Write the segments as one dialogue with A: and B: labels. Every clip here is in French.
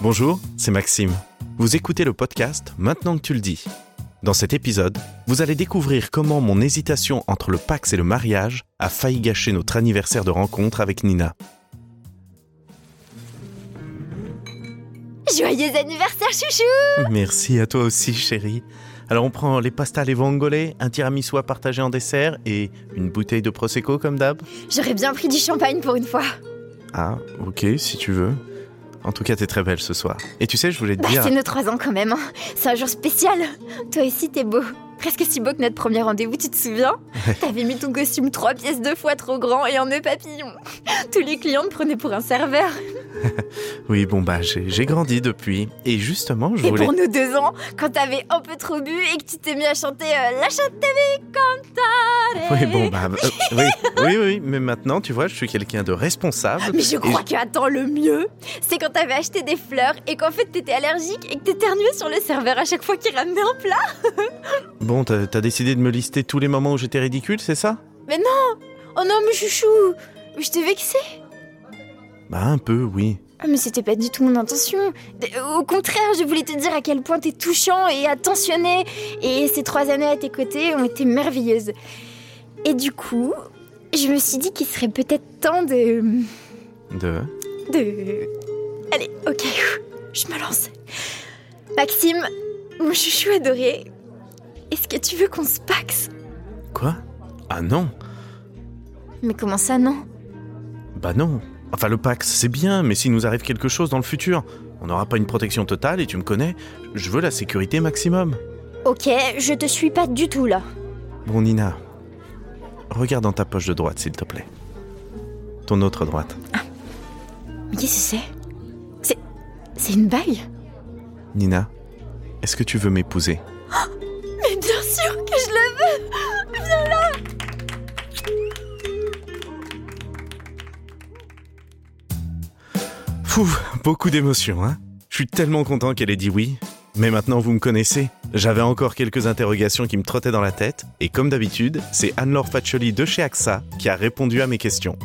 A: Bonjour, c'est Maxime. Vous écoutez le podcast Maintenant que tu le dis. Dans cet épisode, vous allez découvrir comment mon hésitation entre le Pax et le mariage a failli gâcher notre anniversaire de rencontre avec Nina.
B: Joyeux anniversaire, chouchou
A: Merci à toi aussi, chérie. Alors on prend les pastas les vongolais, un tiramisu à partager en dessert et une bouteille de prosecco comme d'hab.
B: J'aurais bien pris du champagne pour une fois.
A: Ah, ok, si tu veux. En tout cas, t'es très belle ce soir. Et tu sais, je voulais te
B: Bah,
A: dire.
B: c'est nos trois ans quand même. hein. C'est un jour spécial. Toi aussi, t'es beau. Presque si beau que notre premier rendez-vous, tu te souviens T'avais mis ton costume trois pièces deux fois trop grand et en nœud papillon. Tous les clients te prenaient pour un serveur.
A: Oui, bon bah j'ai j'ai grandi depuis. Et justement, je
B: et
A: voulais.
B: pour nos deux ans, quand t'avais un peu trop bu et que tu t'es mis à chanter euh, La chatte cantare.
A: Oui, bon bah euh, oui, oui, oui. Mais maintenant, tu vois, je suis quelqu'un de responsable.
B: Mais je
A: Et
B: crois que, attends, le mieux, c'est quand t'avais acheté des fleurs et qu'en fait t'étais allergique et que t'éternuais sur le serveur à chaque fois qu'il ramenait un plat.
A: Bon, t'as t'as décidé de me lister tous les moments où j'étais ridicule, c'est ça
B: Oh non, mais chouchou, je t'ai vexé.
A: Bah un peu, oui.
B: Ah, mais c'était pas du tout mon intention. D- Au contraire, je voulais te dire à quel point t'es touchant et attentionné. Et ces trois années à tes côtés ont été merveilleuses. Et du coup, je me suis dit qu'il serait peut-être temps de.
A: De.
B: de. Allez, ok, je me lance. Maxime, mon chouchou adoré, est-ce que tu veux qu'on se paxe
A: Quoi Ah non.
B: Mais comment ça, non
A: Bah non. Enfin, le Pax, c'est bien, mais s'il nous arrive quelque chose dans le futur, on n'aura pas une protection totale et tu me connais, je veux la sécurité maximum.
B: Ok, je te suis pas du tout là.
A: Bon, Nina, regarde dans ta poche de droite, s'il te plaît. Ton autre droite.
B: Mais qu'est-ce que c'est C'est. c'est une bague
A: Nina, est-ce que tu veux m'épouser
B: Mais bien sûr que je le veux
A: Fou, beaucoup d'émotions, hein Je suis tellement content qu'elle ait dit oui. Mais maintenant, vous me connaissez. J'avais encore quelques interrogations qui me trottaient dans la tête. Et comme d'habitude, c'est Anne-Laure Faccioli de chez AXA qui a répondu à mes questions.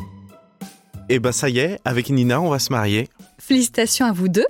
A: Eh ben, ça y est, avec Nina, on va se marier.
C: Félicitations à vous deux.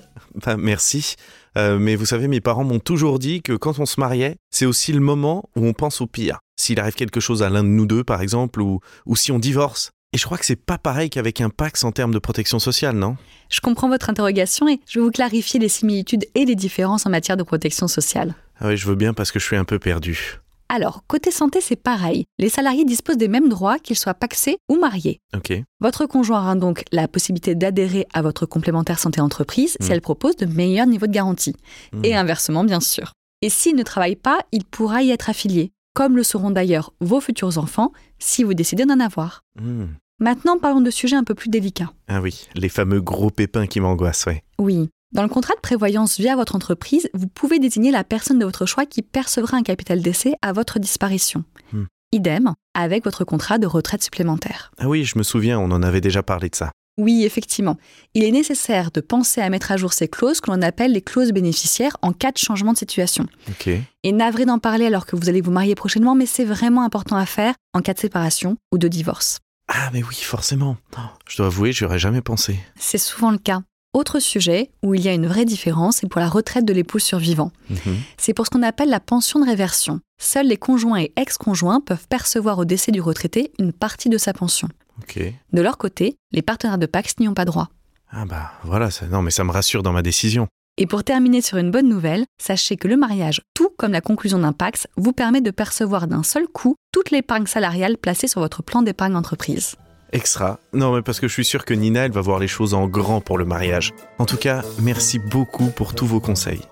A: Bah, merci. Euh, mais vous savez, mes parents m'ont toujours dit que quand on se mariait, c'est aussi le moment où on pense au pire. S'il arrive quelque chose à l'un de nous deux, par exemple, ou, ou si on divorce. Et je crois que c'est pas pareil qu'avec un Pax en termes de protection sociale, non
C: Je comprends votre interrogation et je vais vous clarifier les similitudes et les différences en matière de protection sociale.
A: Ah oui, je veux bien parce que je suis un peu perdu.
C: Alors, côté santé, c'est pareil. Les salariés disposent des mêmes droits qu'ils soient paxés ou mariés.
A: Ok.
C: Votre conjoint aura donc la possibilité d'adhérer à votre complémentaire santé entreprise si
A: Mm.
C: elle propose de meilleurs niveaux de garantie.
A: Mm.
C: Et inversement, bien sûr. Et s'il ne travaille pas, il pourra y être affilié, comme le seront d'ailleurs vos futurs enfants si vous décidez d'en avoir.
A: Hmm.
C: Maintenant, parlons de sujets un peu plus délicats.
A: Ah oui, les fameux gros pépins qui m'angoissent, ouais.
C: Oui. Dans le contrat de prévoyance via votre entreprise, vous pouvez désigner la personne de votre choix qui percevra un capital décès à votre disparition.
A: Hmm.
C: Idem avec votre contrat de retraite supplémentaire.
A: Ah oui, je me souviens, on en avait déjà parlé de ça.
C: Oui, effectivement. Il est nécessaire de penser à mettre à jour ces clauses que l'on appelle les clauses bénéficiaires en cas de changement de situation.
A: Ok.
C: Et navré d'en parler alors que vous allez vous marier prochainement, mais c'est vraiment important à faire en cas de séparation ou de divorce.
A: Ah mais oui, forcément. Oh, Je dois avouer, j'y aurais jamais pensé.
C: C'est souvent le cas. Autre sujet où il y a une vraie différence, c'est pour la retraite de l'époux survivant.
A: Mhm.
C: C'est pour ce qu'on appelle la pension de réversion. Seuls les conjoints et ex-conjoints peuvent percevoir au décès du retraité une partie de sa pension.
A: Ok.
C: De leur côté, les partenaires de Pax n'y ont pas droit.
A: Ah bah voilà, ça, non mais ça me rassure dans ma décision.
C: Et pour terminer sur une bonne nouvelle, sachez que le mariage, tout comme la conclusion d'un Pax, vous permet de percevoir d'un seul coup toute l'épargne salariale placée sur votre plan d'épargne entreprise.
A: Extra. Non mais parce que je suis sûr que Nina, elle va voir les choses en grand pour le mariage. En tout cas, merci beaucoup pour tous vos conseils.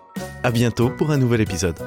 A: À bientôt pour un nouvel épisode.